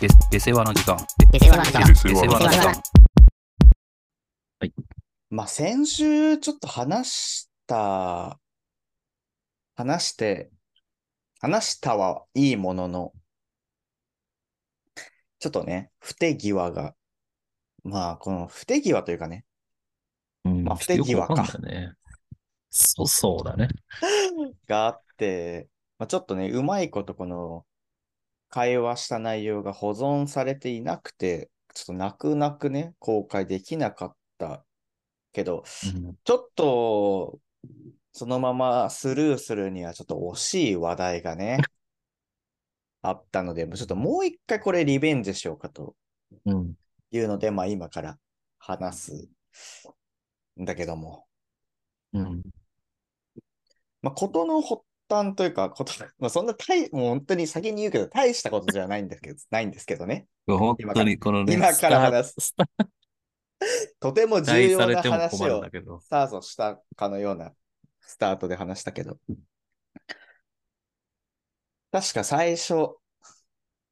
で、で世話の時間。で世話の時間ででで世話の時で世話の時間間。まあ、先週ちょっと話した、話して、話したはいいものの、ちょっとね、不手際が、まあ、この不手際というかね、うんまあ不手際かよくわかんないね。そう、そうだね。があって、まあ、ちょっとね、うまいことこの会話した内容が保存されていなくて、ちょっと泣く泣くね、公開できなかったけど、うんちょっと、そのままスルーするにはちょっと惜しい話題 がね、あったので、ちょっともう一回これリベンジしようかとうん。いうので、まあ今から話すんだけども、うん。まあ事の発端というか、ことまあそんな大、もう本当に先に言うけど、大したことじゃないんだけど、ないんですけどね。本当にこのね、今から話すスターとてもスター重トさ要れなても話困るんをだけど。スタートしたかのようなスタートで話したけど。確か最初、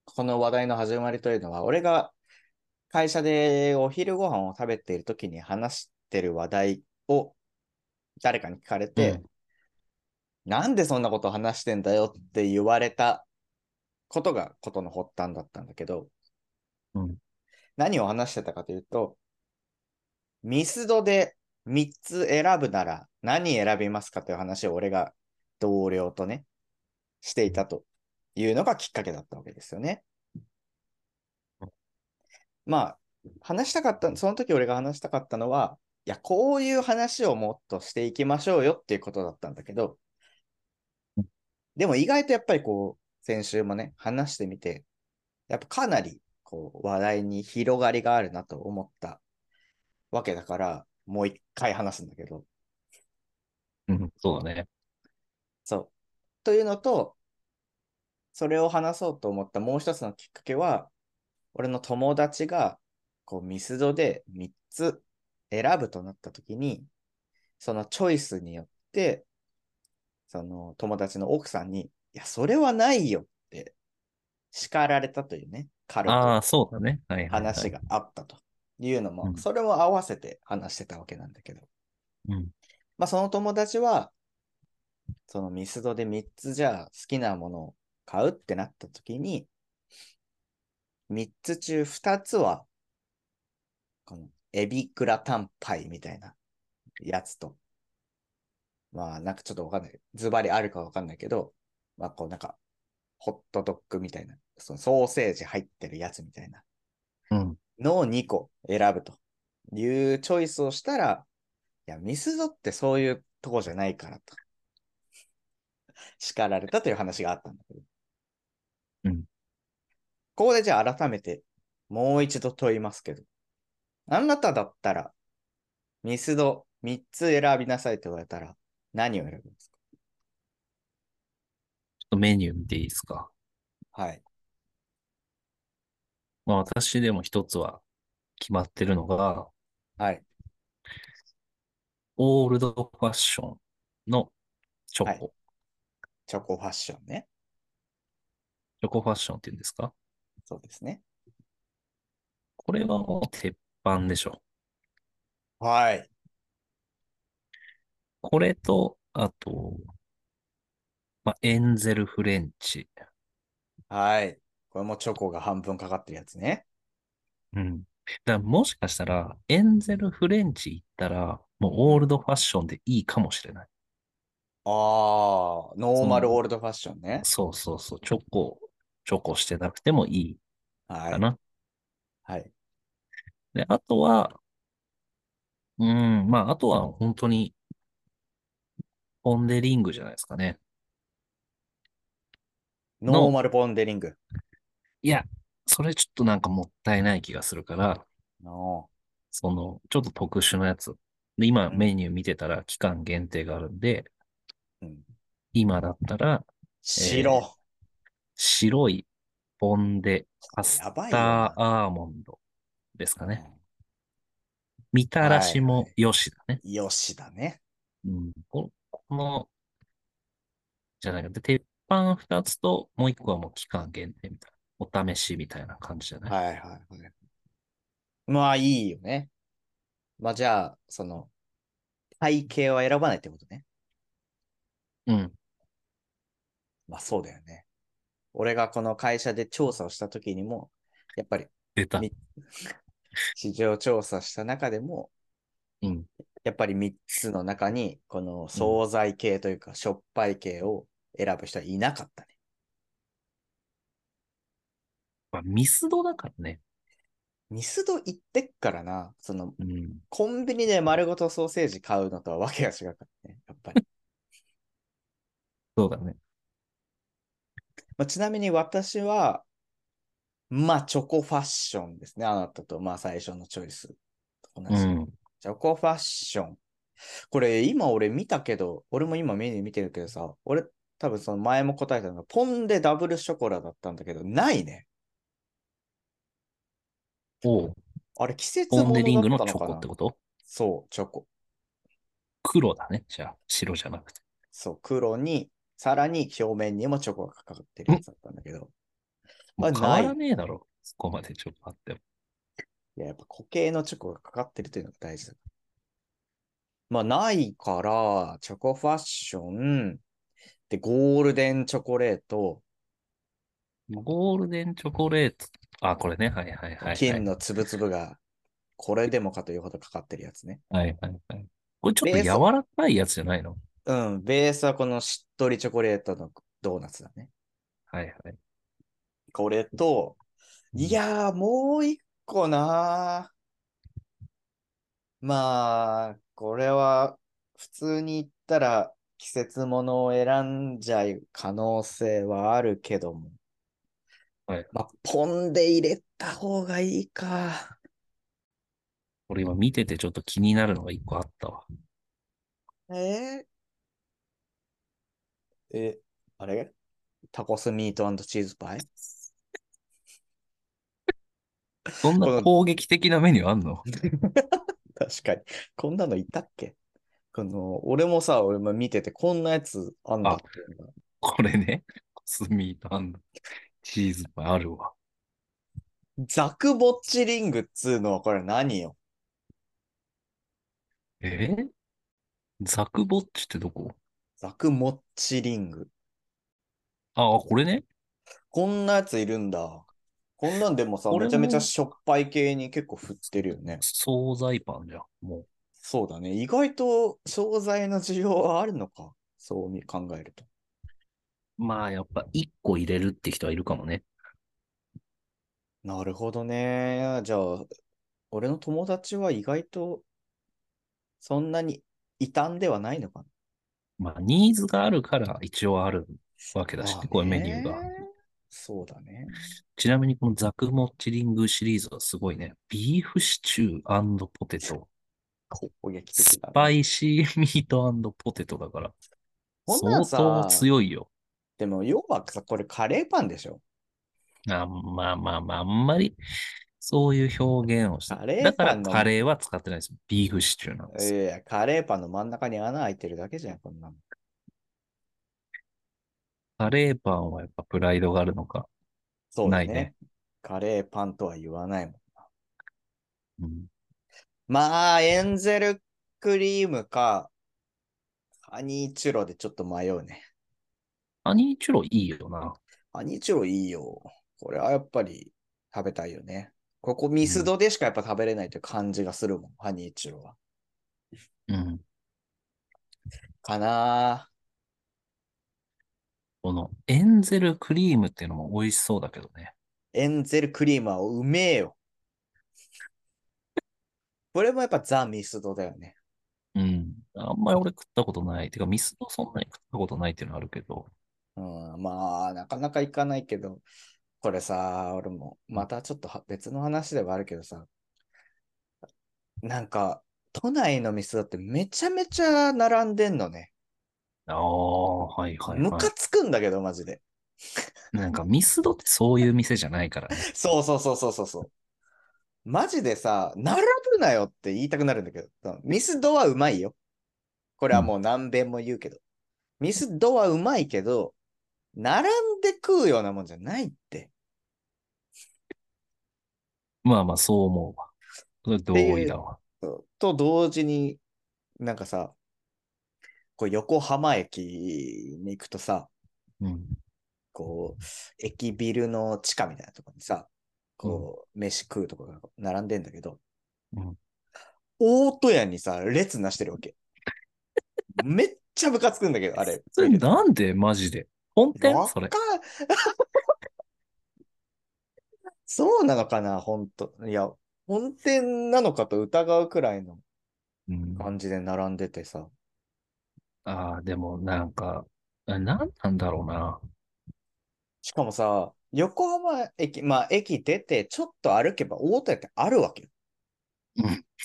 この話題の始まりというのは、俺が会社でお昼ご飯を食べている時に話してる話題を誰かに聞かれて、うんなんでそんなこと話してんだよって言われたことがことの発端だったんだけど、うん何を話してたかというと、ミスドで3つ選ぶなら何選びますかという話を俺が同僚とね、していたというのがきっかけだったわけですよね。まあ、話したかった、その時俺が話したかったのは、いや、こういう話をもっとしていきましょうよっていうことだったんだけど、でも意外とやっぱりこう、先週もね、話してみて、やっぱかなりこう話題に広がりがあるなと思ったわけだから、もう一回話すんだけど、うん、そうだね。そう。というのと、それを話そうと思ったもう一つのきっかけは、俺の友達が、こう、ミスドで3つ選ぶとなった時に、そのチョイスによって、その友達の奥さんに、いや、それはないよって叱られたというね、軽くああ、そうだね。はいはい、はい。話があったというのうもん、それも合わせて話してたわけなんだけど。うん。まあ、その友達は、そのミスドで3つじゃあ好きなものを買うってなった時に、3つ中2つは、このエビグラタンパイみたいなやつと、まあなんかちょっとわかんない。ズバリあるかわかんないけど、まあこうなんか、ホットドッグみたいな、そのソーセージ入ってるやつみたいなうん。の2個選ぶというチョイスをしたら、いや、ミスドってそういうとこじゃないからと。 叱られたという話があったんだけど。うんここでじゃあ改めて、もう一度問いますけど。あなただったら、ミスド3つ選びなさいと言われたら、何を選びますちょっとメニュー見ていいですか。かはい。まあ私でも一つは決まってるのが、はい。オールドファッションのチョコ。はいチョコファッションね。チョコファッションって言うんですかそうですね。これはもう鉄板でしょ。はい。これと、あと、まあ、エンゼルフレンチ。はい。これもチョコが半分かかってるやつね。うん。だからもしかしたら、エンゼルフレンチ行ったら、もうオールドファッションでいいかもしれない。ああ、ノーマルそうオールドファッションね。そうそうそう。チョコ、チョコしてなくてもいいはかい。な。はい。で、あとは、うん、まあ、あとは本当に、ポンデリングじゃないですかね。のノーマルポンデリング。いや、それちょっとなんかもったいない気がするから、のその、ちょっと特殊なやつ。で、今うんメニュー見てたら期間限定があるんで、うん今だったら白。白いポンデパスやばいよタなーアーモンドですかね。みたらしもよしだね。よしだね。うん、ここの、じゃないか。で、鉄板二つともう一個はもう期間限定みたいお試しみたいな感じじゃない、はいはいはい。まあいいよね。まあじゃあ、その、体型は選ばないってことね。うん。まあそうだよね。俺がこの会社で調査をした時にも、やっぱり出た。み市場調査した中でも、うん。やっぱり3つの中に、この惣菜系というか、しょっぱい系を選ぶ人はいなかったね。まあ、ミスドだからね。ミスド行ってっからな、その、うん。コンビニで丸ごとソーセージ買うのとはわけが違うからね、やっ ぱり。そうだね。まあ、ちなみに私は、まあ、チョコファッションですね。あなたと、まあ、最初のチョイスと同うじ。ん。チョコファッション。これ、今俺見たけど、俺も今メニュー見てるけどさ、俺、多分その前も答えたのが、ポンデダブルショコラだったんだけど、ないね。おうあれ、季節ポもンのデリングだのっチたのョかコなってことそう、チョコ。黒だね。じゃあ、白じゃなくて。そう、黒に、さらに表面にもチョコがかかってるやつだったんだけど。もあう変なわいらねえだろ。そこまでちょっとあっても。いや、やっぱ固形のチョコがかかってるというのが大事だから。まあ、ないから、チョコファッション、で、ゴールデンチョコレート、ゴールデンチョコレート。あ、これね。はいはいはい、はい。金のつぶつぶが、これでもかというほどかかってるやつね。はいはいはい。これちょっとベース柔らかいやつじゃないのうん、ベースはこのしっとりチョコレートのドーナツだね。はいはい。これと、いやー、もう一個なーまあ、これは、普通に言ったら、季節ものを選んじゃう可能性はあるけども。はい。まあ、ポンで入れた方がいいか。俺今見ててちょっと気になるのが一個あったわ。えーえ、あれタコスミートチーズパイそんこのな攻撃的なメニューあんの確かに。こんなのいたっけこの、俺もさ、俺も見てて、こんなやつあんだっていうのがこれね。コスミートチーズパイあるわ。ザクボッチリングっつうのはこれ何よえーザクボッチってどこザクモッチリング。ああ、これね。こんなやついるんだ。こんなんでもさ、これもめちゃめちゃしょっぱい系に結構振ってるよね。惣菜パンじゃん。もそうだね。意外と商材の需要はあるのか。そう考えると。う。まあ、やっぱ一個入れるって人はいるかもね。なるほどね。じゃあ、俺の友達は意外とそんなに異端ではないのかまあ、ニーズがあるから一応あるわけな。だしね、まあこういうメニューが。ねそうだね。ちなみにこのザクモッチリングシリーズはすごいね。ビーフシチューポテト、攻撃的スだね。パイシーミートポテトだから、こんな相んさ当強いよ。でも、要はさ、これカレーパンでしょあまあまあまあ、あんまりそういう表現をしてカ。レーだかパらンのカレーは使ってないです。ビーフシチューなんでいす。やいや、カレーパンの真ん中に穴開いてるだけじゃん、こんなの。カレーパンはやっぱプライドがあるのか。そうだね。ないねカレーパンとは言わないもん。うん、まあ、エンゼルクリームか、ハニーチュロでちょっと迷うね。ハニーチュロいいよな。ハニーチュロいいよ。これはやっぱり食べたいよね。ここミスドでしかやっぱ食べれないという感じがするもん、ハニーチュロは。うん。かなこのエンゼルクリームっていうのも美味しそうだけどね。ーエンゼルクリームはうめえよ。 これもやっぱザ・ミスドだよね。うん。あんまり俺食ったことない。てか、ミスドそんなに食ったことないっていうのはあるけど。うん、まあ、なかなか行かないけど、これさ、俺も、またちょっとは別の話ではあるけどさ、なんか、都内の店だってめちゃめちゃ並んでんのね。ああ、はいはいムはカつくんだけど、マジで。い。なんかミスドってそういう店じゃないからね。そうそうそうそうそうそう。マジでさ、並ぶなよって言いたくなるんだけど、ミスドはうまいよ。これはもう何遍も言うけど。ミスドはうまいけど、並んで食うようなもんじゃないって。まあまあ、そう思うわ。それ同意だわ。と同時に、なんかさ、こう横浜駅に行くとさ、うん。こう、駅ビルの地下みたいなところにさ、こう、飯食うとこが並んでんだけど、うん大戸屋にさ、列なしてる わけ。めっちゃムカつくんだけど、あれ。それなんでマジで本店わそれ。かそうなのかな、本当いや、本店なのかと疑うくらいのうん、感じで並んでてさ。ああ、でもなんか、あなんなんだろうな。しかもさ、横浜駅、まあ駅出てちょっと歩けば大戸屋ってあるわけよ。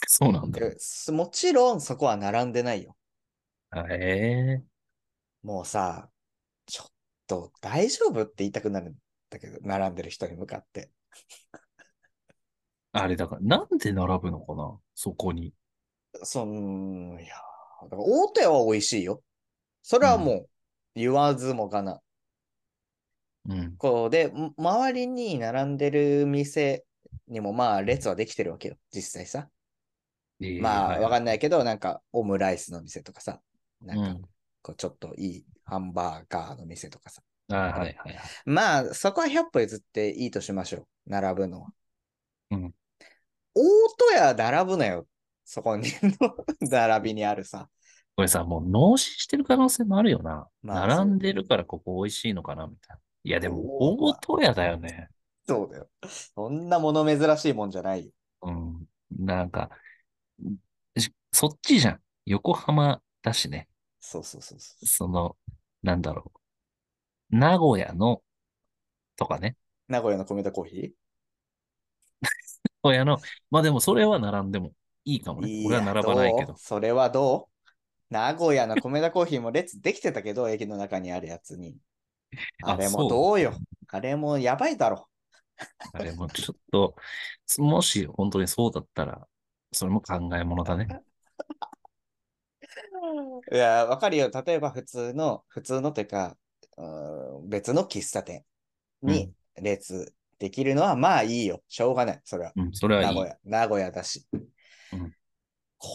そうなんだ。ですもちろんそこは並んでないよ。あええもうさ、ちょっと大丈夫って言いたくなるんだけど、並んでる人に向かって。あれだから、なんで並ぶのかなそこに。その、いやー、だから大手は美味しいよ。それはもう言わずもがな。うん。こうで、ん周りに並んでる店にもまあ列はできてるわけよ、実際さ。ええまあ、わかんい。ないけど、なんかオムライスの店とかさ、なうんかん。こうちょっといいハンバーガーの店とかさ。あはいはいはい。まあ、そこは100歩譲っていいとしましょう。並ぶのは。うん。大戸屋並ぶなよ。そこに の並びにあるさ。これさ、もう脳死してる可能性もあるよな。まあ並んでるからここ美味しいのかなみたいな。いや、でも、おー大戸屋だよね。そうだよ。そんなもの珍しいもんじゃないよ。うん。なんか、しそっちじゃん。横浜だしね。そうそうそうそその、なんだろう。名古屋の、とかね。う。名古屋の米田コーヒ名古屋の、まあでもそれは並んでもいいかもーね。俺は並ばないけやどう。それはどう名古屋の米田コーヒーも列できてたけど、駅の中にあるやつに。 ああれそもうどうよ。あれもやばいだろ。あれもちょっと、そもし本当にそうだったら、それも考えものだね。いや、わかるよ。例えば普通の、普通のというか、うーん別の喫茶店に列できるのはまあいいよ。しょうがない。それは。うん、それは名いい古。屋、名古屋だし。うん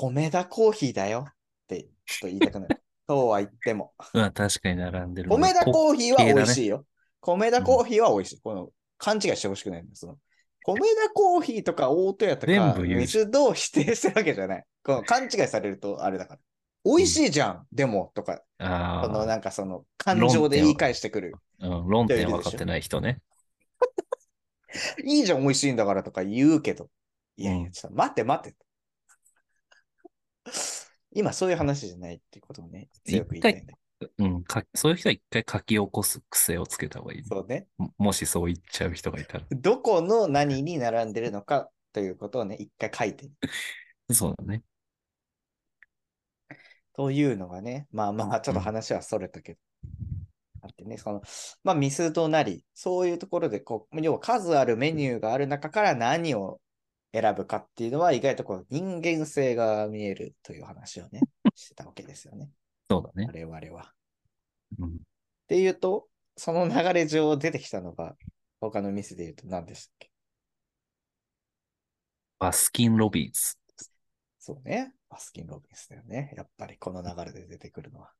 米田コーヒーだよってちょっと言いた くなる。そうは言っても。うん、確かに並んでる。米田こコーヒーは系だね美味しいよ。米田コーヒーは美味しい。この勘違いしてほしくないんです。その米田コーヒーとか大戸屋と全か部言う水道を否定してるわけじゃない。この勘違いされるとあれだから。美味しいじゃん、でもとか、あこのあ、なんかその感情で言い返してくる。うん、論点分かってない人ね。いいじゃん、美味しいんだからとか言うけど。いやいうや、んちょっと待って待って。今そういう話じゃないってことをね、強く言いたいんだうん、かそういう人は一回書き起こす癖をつけた方がいいね、そうね。ももしそう言っちゃう人がいたら。どこの何に並んでるのかということをね、一回書いてね。そうだね。というのがね、まあまあ、ちょっと話はそれたけど。あってね、その、まあ、ミスドなり、そういうところで、こう、要は数あるメニューがある中から何を選ぶかっていうのは、意外とこう、人間性が見えるという話 をね、してたわけですよね。そうだね。我々は。うん、っていうと、その流れ上出てきたのが、他の店で言うと何でしたっけバスキン・ロビンス。そうね。バスキン・ロビンスだよね。やっぱりこの流れで出てくるのは。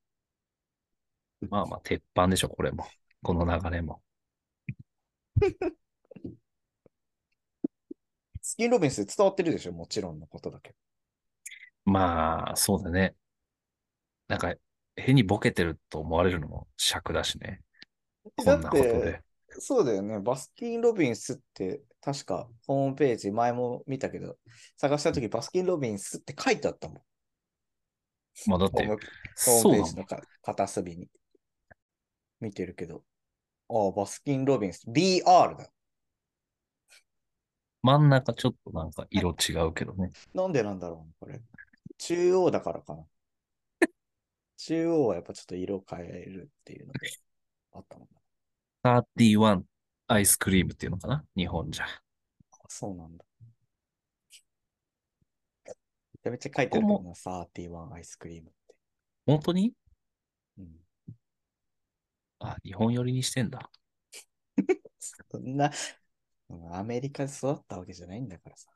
まあまあ、鉄板でしょ、これも。この流れも。バスキン・ロビンス伝わってるでしょもちろんのことだけど。まあ、そうだね。なんか、変にボケてると思われるのも尺だしね。こんなことだっで。そうだよね。バスキン・ロビンスって、確かホームページ前も見たけど、探したときバスキン・ロビンスって書いてあったもん。まあ、だっホーて、ムホーそうムだペーもジん。のか片隅に。見てるけど。ああ、バスキン・ロビンス。BR だ。真ん中ちょっとなんか色違うけどね。なんでなんだろうねこれ。中央だから かな。中央はやっぱちょっと色変えるっていうのであったのかな。 31アイスクリームっていうのかな日本じゃ。あそうなんだ。めちゃめちゃ書いてあるけどな、31アイスクリームって。本当にうん、あ、日本寄りにしてんだ。そんな、うんアメリカで育ったわけじゃないんだからさ。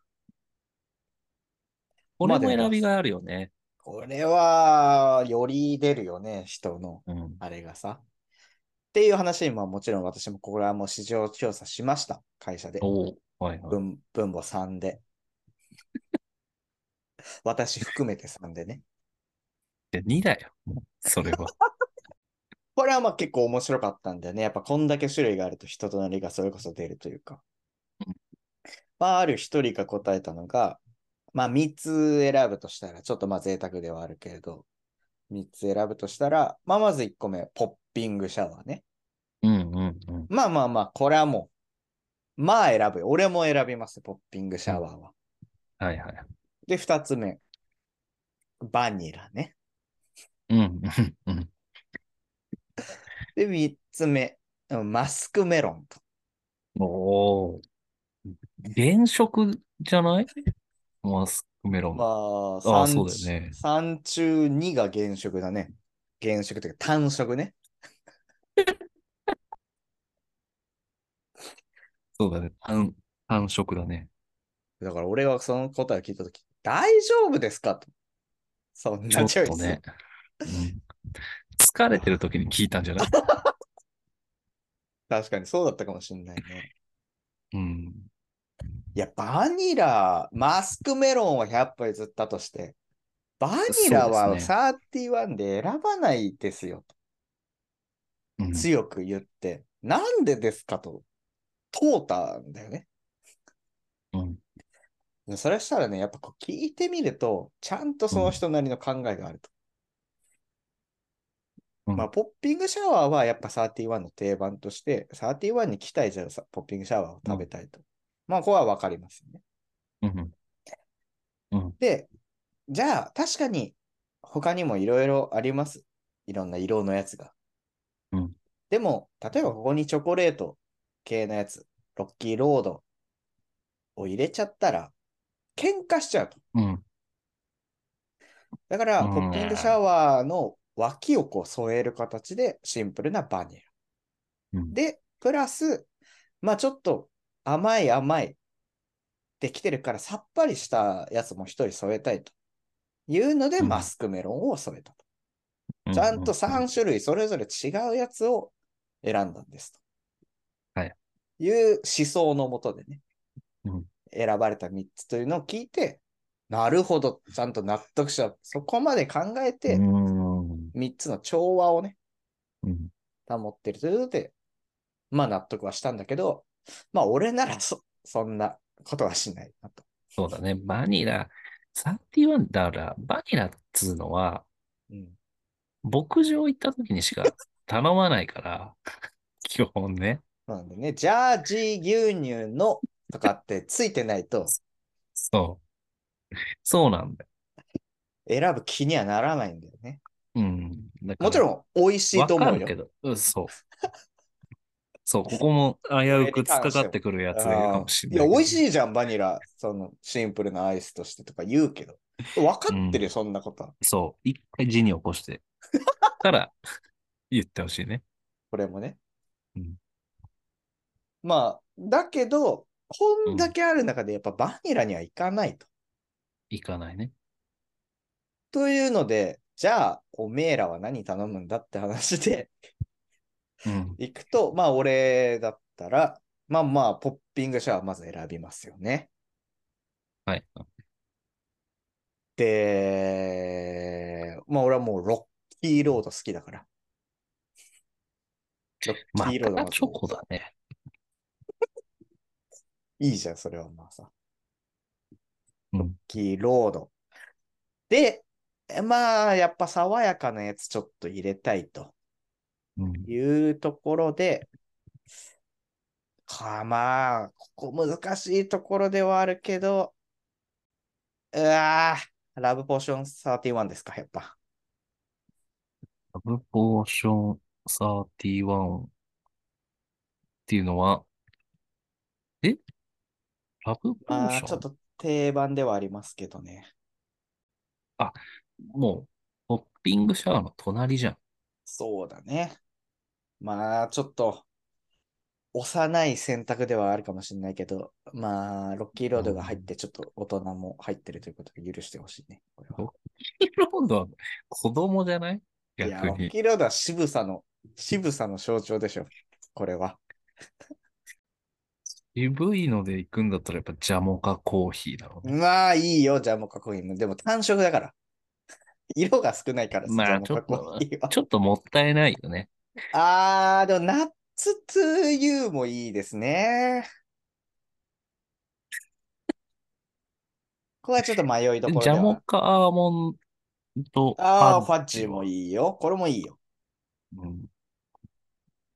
こまあれでもも選びがあるよね。これは、より出るよね、人の、うん。あれがさ。っていう話に、まあもちろん私もこれはもう市場調査しました、会社で。おお。はいはい。分分母3で。 私含めて3でね。で、2だよ。もうそれは。 これはまあ結構面白かったんだよね。やっぱこんだけ種類があると人となりがそれこそ出るというかうん。まあある一人が答えたのが、まあ3つ選ぶとしたら、ちょっとまあ贅沢ではあるけれど、3つ選ぶとしたら、まあまず1個目、ポッピングシャワーね。うんうんうん。まあまあまあ、これはもう、まあ選ぶよ。俺も選びます、ポッピングシャワーは。はいはい。で、2つ目、バニラね。うんうんうん。で、3つ目、うんマスクメロンと。おお。現職じゃないマスクメロン。まああ、あ三そうだよね3中2が原色だね。原色というか単色ね。そうだね。単、単色だね。だから俺がその答えを聞いたとき、大丈夫ですかと。そんちょなっチョイとス。ね。うん疲れてる時に聞いたんじ ゃない確かにそうだったかもしれないね。うん。いや、バニラ、マスクメロンは100歩譲ったとして、バニラそうはです31で選ばないですよ。うん強く言って、なんでですかと、問うたんだよね。うんでそれしたらね、やっぱこう聞いてみると、ちゃんとその人なりの考えがあると。うんまあ、ポッピングシャワーはやっぱ31の定番として、31に来たいじゃん、さポッピングシャワーを食べたいと。まあ、これはわかりますよね。うん。うん。で、じゃあ、確かに他にもいろいろあります。いろんな色のやつが。うんでも、例えばここにチョコレート系のやつ、ロッキーロードを入れちゃったら、喧嘩しちゃうと。うん。だから、うんポッピングシャワーの脇をこう添える形でシンプルなバニラ。うんで、プラス、まあちょっと甘い甘いできてるからさっぱりしたやつも一人添えたいというので、うんマスクメロンを添えたと。ちゃんと3種類それぞれ違うやつを選んだんですと。はい。いう思想のもとでね、うん選ばれた3つというのを聞いて、なるほど、ちゃんと納得した。そこまで考えて、うん。 3つの調和をね、うん。保ってるというので、まあ納得はしたんだけど、まあ俺ならそ、そんなことはしないなと。そうだね。バニラ、31だから、バニラっつうのは、うん、牧場行った時にしか頼まないから、 基本ね。そうなんでね、ジャージー牛乳のとかってついてないとそう。そうなんだよ。選ぶ気にはならないんだよね。うん。だからもちろん美味しいわとか思うるよけ。ど、うん、そう。そう、ここも危うく突っかかってくるやつがいるかもしれないあけーど。や、美味しいじゃん、バニラ。そのシンプルなアイスとしてとか言うけど。分かってるよ、そんなことは。そう、一回字に起こしてから言ってほしいね。これもね。うんまあ、だけど、こんだけある中でやっぱバニラにはいかないと。いかないね。というので、じゃあ、おめえらは何頼むんだって話で うん。いくと、まあ、俺だったら、まあまあ、ポッピングシャワーまず選びますよね。はい。で、まあ、俺はもうロッキーロード好きだから。ロッまキーロードたまずチョコだね。いいじゃん、それはまあさ。うんロッキーロード。で、まあ、やっぱ爽やかなやつちょっと入れたいとうん。いうところで、かまあ、ここ難しいところではあるけど、うわーラブポーション31ですか、やっぱ。ラブポーション31っていうのは、えラブポーまあ、シちょョっンと定番ではありますけどね。もう、ポッピングシャワーの隣じゃん。そうだね。まあ、ちょっと、幼い選択ではあるかもしれないけど、まあ、ロッキーロードが入って、ちょっと大人も入ってるということで許してほしいね。これはヒーロードは子供じゃないいや、逆ロッに。キーロードは渋さの、渋さの象徴でしょ。これは。渋いので行くんだったらやっぱジャモカコーヒーだろうね。まあ、いいよ、ジャモカコーヒーも。でも単色だから。色が少ないからさ、まあジャモカコーヒーは。ちょっともったいないよね。あー、でも、ナッツトゥーユーもいいですね。ここはちょっと迷いどころジではャモカアーモンドあー、フパァッジもいいよ。これもいいよ。うん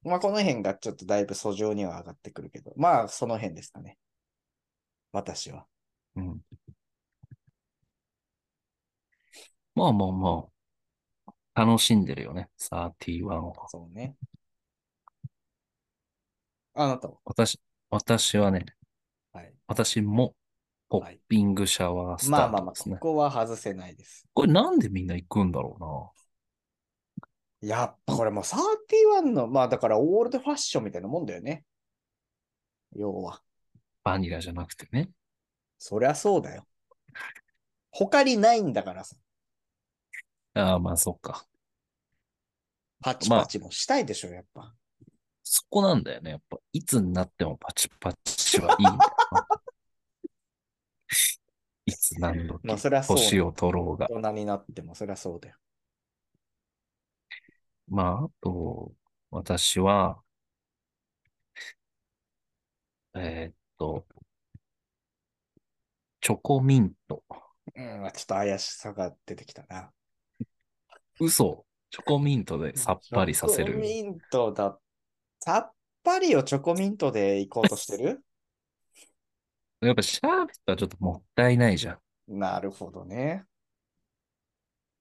まあ、この辺がちょっとだいぶ訴状には上がってくるけど、まあ、その辺ですかね。私は。うんまあまあまあ、楽しんでるよね、31を。そうね。あなたは。私、私はね、はい。私もポッピングシャワースタまあーまあトまあ、ですこね。こは外せないです。これなんでみんな行くんだろやっぱこれもう31の、まあだからオールドファッションみたいなもんだよね。要は。うな。バニラじゃなくてね。そりゃそうだよ。他にないんだからさ。ああ、まあそっか。パチパチもしたいでしょ、やっぱ。そこなんだよね。やっぱ、いつになってもパチパチはいいんだよ な。いつ何まあ時、そりゃそうだ。年を取ろうが。大人になってもそりゃそうだよ。まあ、あと、私は、えーっと、チョコミント。うん、まあちょっと怪しさが出てきたな。嘘。チョコミントでさっぱりさせチョコる。ミントだ。さっぱりをチョコミントで行こうとし てるやっぱシャーベットはちょっともったいないじゃん。なるほどね。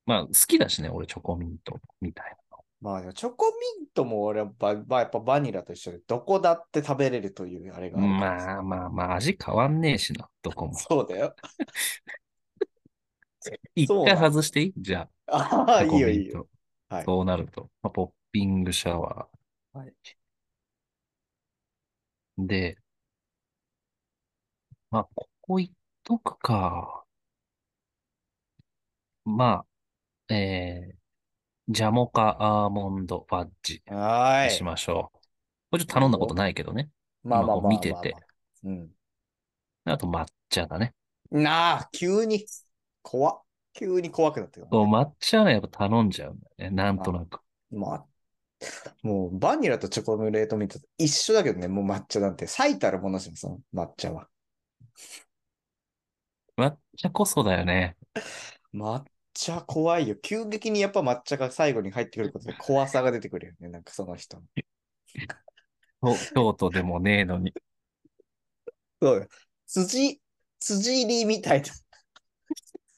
まあ、好きだしね、俺、チョコミントみたいな。まあでもチョコミントも俺はバ、まあやっぱバニラと一緒でどこだって食べれるというあれがあるからまあさまあまあ、味変わんねえしな、どこも。そうだよ。一そう回だ外していいじゃああ、あ、チョいコいよミいンいトよ。。はい。そうなると、まあ、ポッピングシャワはいーで、まあ、ここ行っとくか。まあ、えー、ジャモカアーモンドファッジはにいし。ましょう。これちょっと頼んだことないけどね。まあまあまあまあ、今こう見ててうん。あと抹茶だね。なあ、急に。怖っ急に怖くなってくるね、そう、抹茶はねやっぱ頼んじゃうんだよね。なんとなく。まあ、もうバニラとチョコレートミントと一緒だけどね、もう抹茶なんて最たるものじゃん、その抹茶は。抹茶こそだよね。抹茶怖いよ。急激にやっぱ抹茶が最後に入ってくることで怖さが出てくるよね、なんかその人の。と京都でもねえのに。そうよ。辻、辻入りみたいな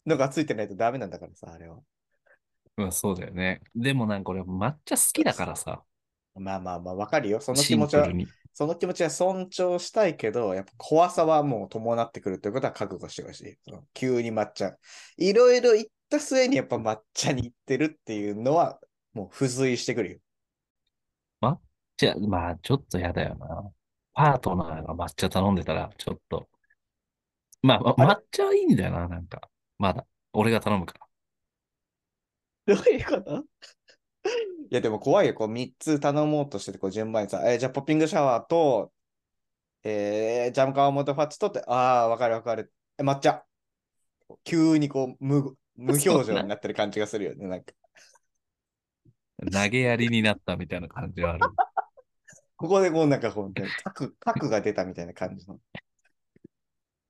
のがついてないとダメなんだからさ、あれは。まあそうだよね。でもなんか俺抹茶好きだからさ。まあまあまあ、わかるよ。その気シ持ンちプはル、に。その気持ちは尊重したいけど、やっぱ怖さはもう伴ってくるということは覚悟してほしい。その急に抹茶。いろいろ言った末にやっぱ抹茶に行ってるっていうのは、もう付随してくるよ。じゃあ、まあちょっとやだよな。パートナーが抹茶頼んでたら、ちょっと。まあ、まあれ抹茶はいいんだよな、なんか。まだ。俺が頼むから。どういうこといやでも怖いよ。こう3つ頼もうとしてて、こう順番にさ、えーじゃあポッピングシャワーと、えージャムカワモトファッチとって、ああ、わかるわかる。え抹茶。急にこう無無表情になってる感じがするよね。なんか、投げやりになったみたいな感じはある。ここでこうなんか こう、ね、核、核が出たみたいな感じの。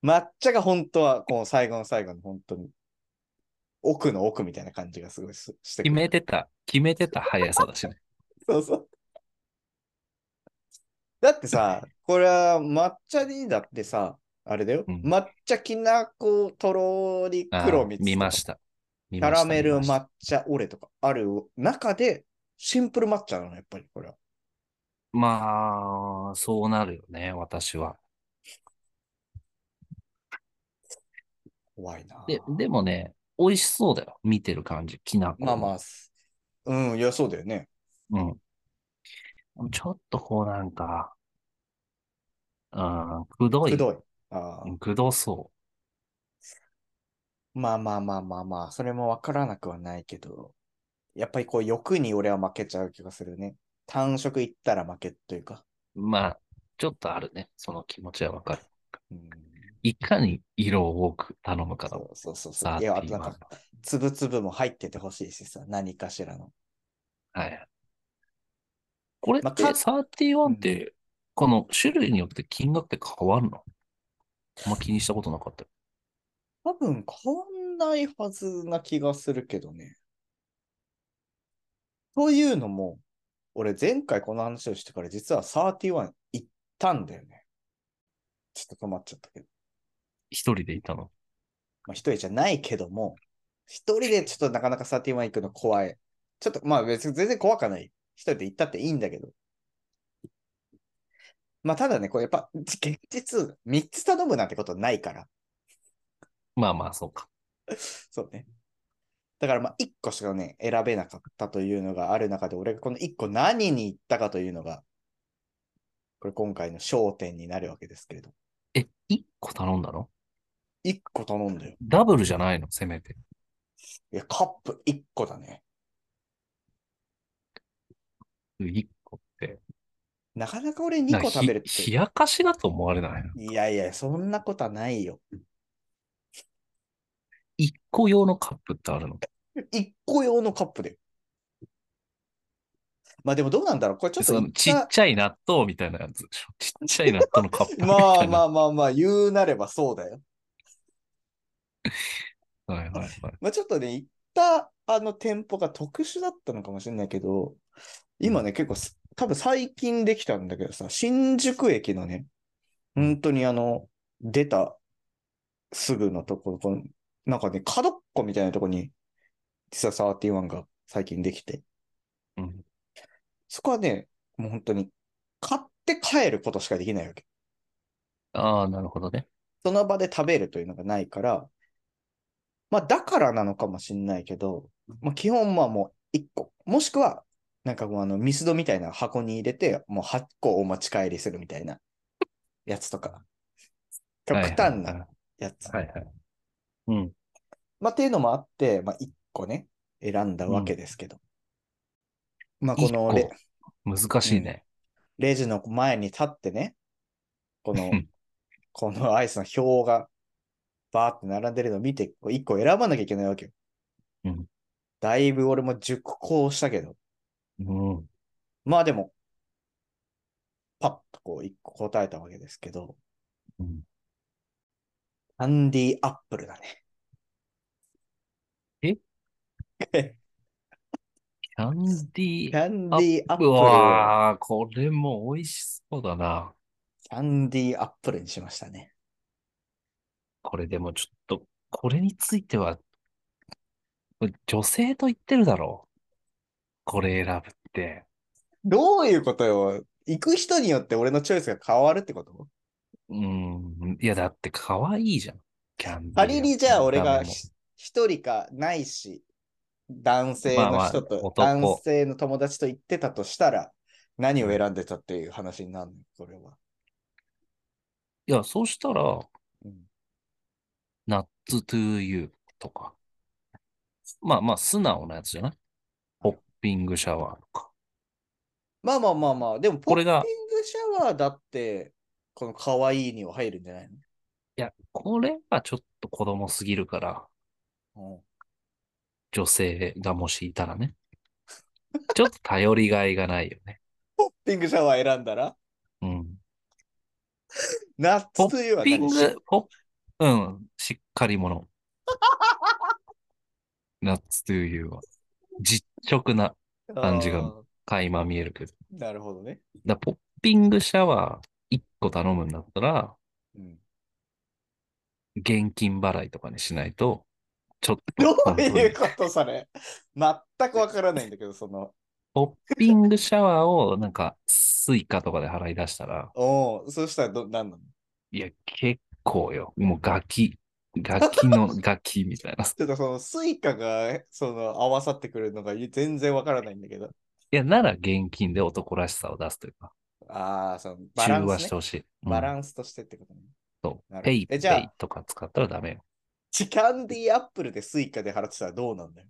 抹茶が本当は、こう最後の最後の本当に、奥の奥みたいな感じがすごいしし決てくる。めてた、決めてた速さだしね。そうそう。だってさ、これは抹茶にだってさ、あれだよ。うん抹茶きなことろりあー黒蜜とか見ました。見キまャしたラメル見ました抹茶オレとかある中で、シンプル抹茶なの、やっぱりこれは。まあ、そうなるよね、私は。怖いな。で、でもね、美味しそうだよ。見てる感じ、きなこ。まあまあ、すうん、いや、そうだよね。うん。ちょっとこうなんか、ああ、くどくい。どい。あーくどそまあまあまあまあまあ、それもわからなくはないけど、やっぱりこう欲に俺は負けちゃう気がするね。単色いったら負けというか。う。まあ、ちょっとあるね。その気持ちはわかる。うん、いかに色を多く頼むかだもんそうそうそうそう。サーいテや、あとィなんワンか、つぶつぶも入っててほしいしさ、何かしらの。はい。これまあってか31って、この種類によって金額って変わるのあんま気にしたことなかったよ。多分変わんないはずな気がするけどね。というのも、俺前回この話をしてから実は31行ったんだよね。ちょっと困っちゃったけど。一人でいたの。まあ、一人じゃないけども、一人でちょっとなかなか31行くの怖い。ちょっと、まあ別に全然怖くはない。一人で行ったっていいんだけど。まあただね、これやっぱ、現実、3つ頼むなんてことないから。まあまあ、そうか。そうね。だからまあ1個しかね、選べなかったというのがある中で、俺がこの1個何に行ったかというのが、これ今回の焦点になるわけですけれど。え、一個頼んだの1個頼んだよ。ダブルじゃないのせめて。いや、カップ1個だね。一個って。なかなか俺な2んか個食べるっひて。冷やかしだと思われないのいやいや、そんなことはないよ。一個用のカップってあるの1個用のカップで。まあでもどうなんだろうこれちょっとそのち一っ旦ちゃい納豆みたいなやつでしょ。ちっちゃい納豆のカップみたいな。まあまあまあまあ、言うなればそうだよ。あ。はいはいはい。まあちょっとね、行ったあの店舗が特殊だったのかもしれないけど、今ね、結構す、多分最近できたんだけどさ、新宿駅のね、本当にあの、出たすぐのところ、このなんかね、角っこみたいなとこに、実は31が最近できて、うん、そこはね、もう本当に、買って帰ることしかできないわけ。ああ、なるほどね。その場で食べるというのがないから、まあだからなのかもしれないけど、まあ基本まあもう1個、もしくは、なんかもうあのミスドみたいな箱に入れて、もう8個お持ち帰りするみたいなやつとか、極端はいなやつ。はいはい。はいはいうん。まあっていうのもあって、まあ1個ね、選んだわけですけど。まあこ一のレ個、難しいね。レジの前に立ってね、このうん、このアイスの表がバーって並んでるのを見て、こう一個選ばなきゃいけないわけよ。うんだいぶ俺も熟考したけど、うん。まあでも、パッとこう一個答えたわけですけど、うんアンディアップルだね。えキャンディキーャンディアップルうをわーこれも美味しそうだな。キャンディアップルにしましたね。これでもちょっと、これについては、女性と言ってるだろう。これ選ぶって。どういうことよ行く人によって俺のチョイスが変わるってことうん。いや、だって可愛いじゃん。キャンディー。仮にじゃあ俺見がた目もひ一人かないし、男性まあまのあ人と、男男性の友達と言ってたとしたら、何を選んでたっていう話になるの、これは。いや、そうしたら、うんナッツトゥーユーとか。まあまあ、素直なやつじゃないポッピングシャワーとか。まあまあまあまあ、でもポこれッピングがシャワーだって、この可愛いには入るんじゃないいや、これはちょっと子供すぎるから、の、女性がもしいたら ね。ちょっと頼りがいがないよね。ポッピングシャワー選んだら、うん。ナッツというはピン何しグ、ポッ、うん、しっかり 者。ナッツというよりは。実直な、感じがあー垣間見えるけど。なるほどね。だポッピングシャワー1個頼むんだったら、 うん現金払いとかにしないと、ちょっどと本う当いにう。ことそれ全くわからないんだけど、その、ポッピングシャワーをなんか、スイカとかで払い出したら、おうそうしたらど、何なのいや、結構よ。もうガキ、ガキ のガキみたいな。いちょっとそのスイカがその合わさってくるのが全然わからないんだけど。や、なら現金で男らしさを出すというか。ああ、そのバラ中ン和スしねて。ほしい。うんバランスとしてってことね。そうなるほどペイペえイじゃあとか使ったらダメよ。チキャンディーアップルでスイカで払ってたらどうなんだよ。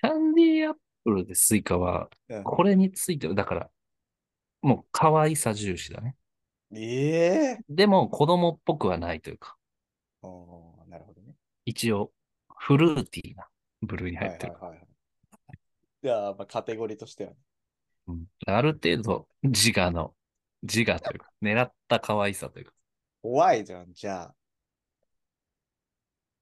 キャンディーアップルでスイカは、うんこれについては、だから、もう可愛さ重視だね。ええでも子供っぽくはないというか、おーなるほどね。一応フルーティーな部類にはい入はっている。はいはい。いやー、まあ、カテゴリーとしてはね。うんある程度自我の、自我というか、狙った可愛さというか、怖いじゃん、じゃあ。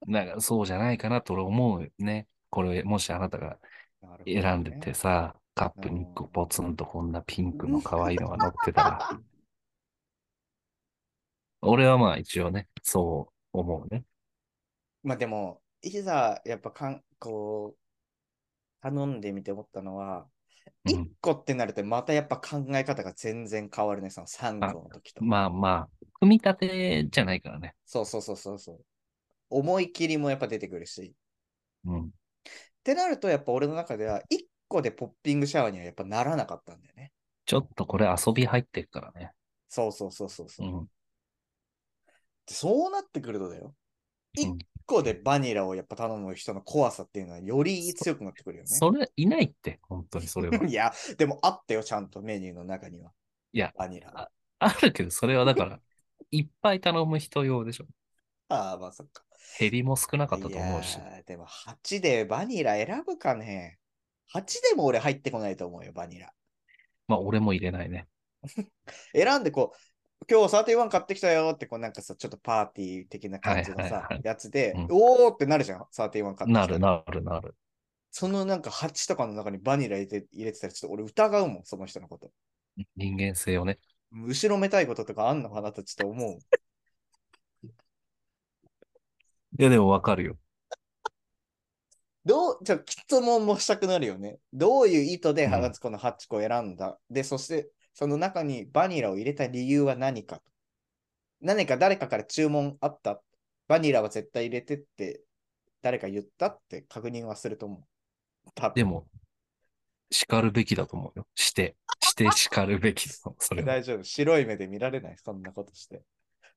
なんかそうじゃないかなと俺思うね。これ、もしあなたがなるほどね選んでてさ、カップに一個ポツンとこんなピンクの可愛いのが乗ってたら。 俺はまあ一応ね、そう思うね。まあでも、いざ、やっぱかん、こう、頼んでみて思ったのうは、ん1個ってなると、またやっぱ考え方が全然変わるね、その3個の時と。まあまあ、組み立てじゃないからね。そうそうそうそうそう。思い切りもやっぱ出てくるし。うん。ってなると、やっぱ俺の中では、1個でポッピングシャワーにはやっぱならなかったんだよね。ちょっとこれ遊び入ってるからね。そうそうそうそうそうう。ん。そうなってくるとだよ。1個でバニラをやっぱ頼む人の怖さっていうのはより強くなってくるよね。。それ、いないって、本当にそれは いや、でもあったよ、ちゃんとメニューの中には。いやバニラ。ああるけど、それはだから、いっぱい頼む人用でしょ。あー、まあそっか。減りも少なかったと思うしい。やーでも8でバニラ選ぶかね。8でも俺入ってこないと思うよ、バニラ。まあ、俺も入れないね。選んでこう、今日31買ってきたよって、こうなんかさ、ちょっとパーティー的な感じのはいはいさはい、やつでうん、おーってなるじゃん、31買ってきたなるなるなる。そのなんか8とかの中にバニラ入れて入れてたら、ちょっと俺疑うもん、その人のこと。人間性をね。後ろめたいこととかあんのかなとちょっと思う。いや、でもわかるよ。どう、じゃ質問もしたくなるよね。どういう意図で、ハガツコの8個を選んだ。で、そして、その中にバニラを入れた理由は何か。何か誰かから注文あった。バニラは絶対入れてって、誰か言ったって確認はすると思う。多分でも、叱るべきだと思うよ。して、して叱るべきだ と思う。それは。だか大丈夫。白い目で見られない、そんなことして。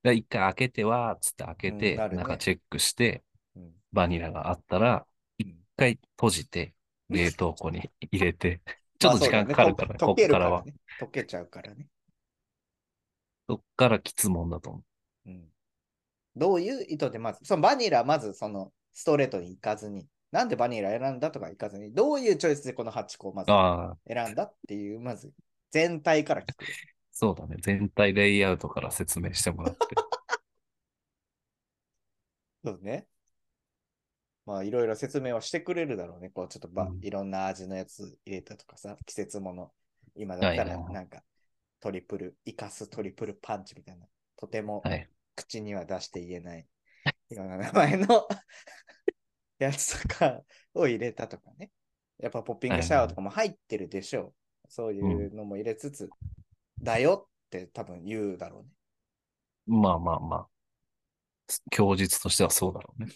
ら一回開けては、つって開けて、うんなるね中チェックして、うんバニラがあったら、一回閉じて、冷凍庫 に入れて、ちょっと時間かかるからね、まあそこうだね溶けっるかかららは。ね。溶けちゃうからね。そっからきつもんだと思う。うんどういう意図で、まず、そのバニラ、まずそのストレートに行かずに、なんでバニラ選んだとか行かずに、どういうチョイスでこの8個をまずああ、選んだっていう、まず全体から聞く。そうだね。全体レイアウトから説明してもらって。そうね。まあ、いろいろ説明はしてくれるだろうね。こう、ちょっとば、うんいろんな味のやつ入れたとかさ、季節もの。今だったはいら、はいはいなんか、トリプル、生かすトリプルパンチみたいな。とてもはい。口には出して言えない、いろんな名 前のやつとかを入れたとかね。やっぱポッピングシャワーとかも入ってるでしょう。そういうのも入れつつ、だよって多分言うだろうね。まあまあまあ。供述としてはそうだろうね。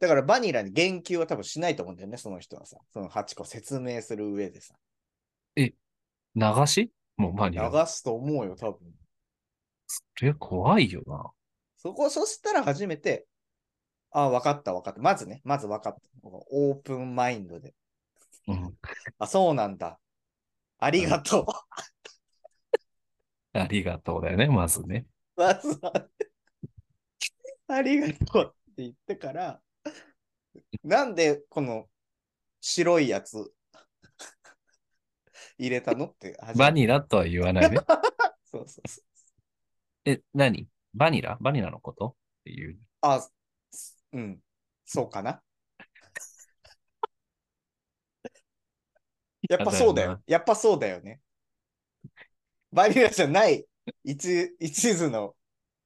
だからバニラに言及は多分しないと思うんだよね、その人はさ。その8個説明する上でさ。流しもうバニ流ラ。すと思うよ、多分。それ怖いよな。そこ、そしたら初めて、ああ、分かった、分かった。まずね、まず分かった。オープンマインドで。うん。あ、そうなんだ。ありがとう。ありがとうだよね、まずね。 まずはありがとうって言ってから、なんでこの白いやつ入れたのって初めてバニラとは言わ ないね。そうそうそう。え、何バニラバニラのことっていう。あ、すうん、そう かな。やっぱそうだだよよな。やっぱそうだよね。バニラじゃない一一途の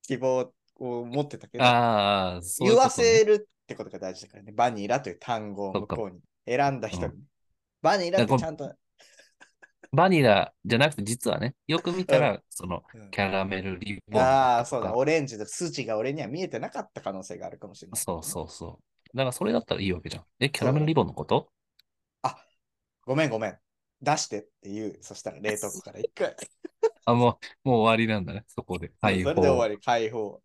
希望を持ってたけど、ああ、そうい言うことねわせるってことが大事だからね。バニラという単語を向こうに選んだ人に。うバニラだかってらちゃんと、バニラじゃなくて、実はね、よく見たら、その、うんキャラメルリボン。ああ、そうだ、オレンジの筋が俺には見えてなかった可能性があるかもしれない。そうそうそう。だからそれだったらいいわけじゃん。え、キャラメルリボンのことごめんごめん。出してっていう、そしたら冷凍庫から一回。あ、もう、もう終わりなんだね、そこで。解そ放れで終わり、解放。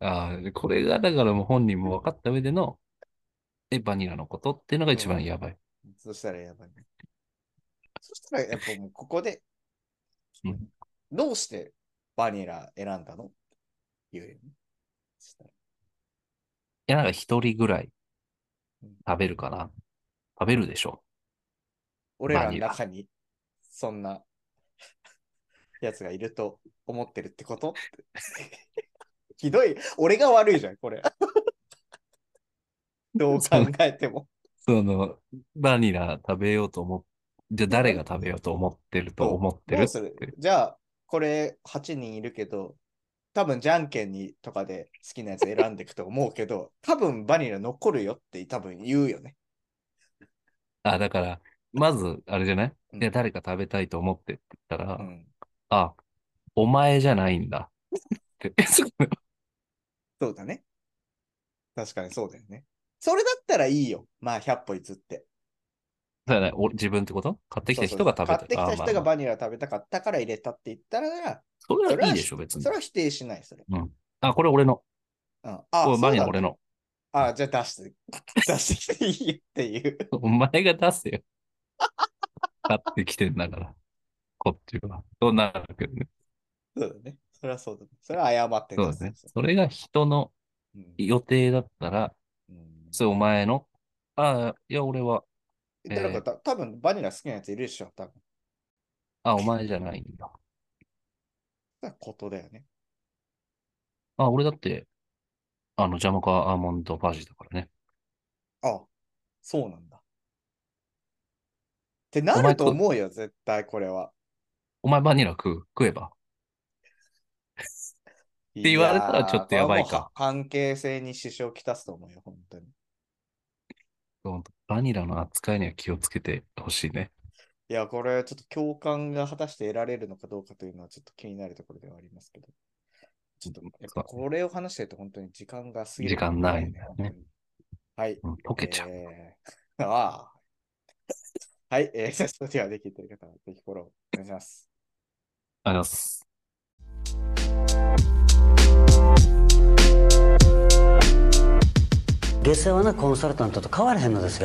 ああ、でこれが、だからもう本人も分かった上での、え、バニラのことっていうのが一番やばい。そしたらやばい。そしたらやっぱもうここでうん、どうしてバニラ選んだのっていうよね。そしたらいや、なんか一人ぐらいうん食べるかな。食べるでしょ。俺らの中にそんな やつがいると思ってるってことってひどい。俺が悪いじゃ ん、これ。どう考えても。その、バニラ食べようと思っ、じゃあ誰が食べようと思ってると思ってどるうするじゃあ、これ8人いるけど、多分じゃんけんにとかで好きなやつ選んでいくと思う けど、多分バニラ残るよって多分言うよね。あ、だから、まず、あれじゃないうんいや、誰か食べたいと思ってって言ったら、うん。あ、お前じゃないんだ。って、えそうそうだね。確かにそうだよね。それだったらいいよ。まあ100歩譲って。だからお自分ってこと買ってきた人が食べそうそう買ってきた人があまあまあバニラ食べたかったから入れたって言ったら、それそれはいはいでしょ、別にそ。れは否定しない、それ。あ、これ俺の。うん、あこあ、れバニラそう俺なんだの。あじゃあ出して、 出してきていいよっていう。お前が出せよ。 買ってきてんだから。こっちは。そうなるけどね。そうだね。それはそうだね。それは謝ってそう出ですすね。それが人のうん予定だったら、うんそれお前の。ああ、いや、俺は、言ったらた、多分バニラ好きなやついるでしょ、多分。あ、お前じゃないんだ。そういうことだよね。あ、俺だって、あの、ジャムかアーモンドバジだからね。あそうなんだ。ってなお前るとと思うよ、絶対これは。お前バニラ食う食えば。って言われたらちょっとやばいか関係性に支障をきたすと思うよ、本当に。ほんとバニラの扱いには気をつけてほしいね。いや、これ、ちょっと共感が果たして得られるのかどうかというのは、ちょっと気になるところではありますけど。ちょっと、やっぱこれを話してると、本当に時間が過ぎる、時間ないんだよね本当に。はい。うん、溶けちゃう。えーああ。はい。えー、 それでは、できている方は、ぜひフォローお願いします。ありがとうございます。下世話なコンサルタントと変わらへんのですよ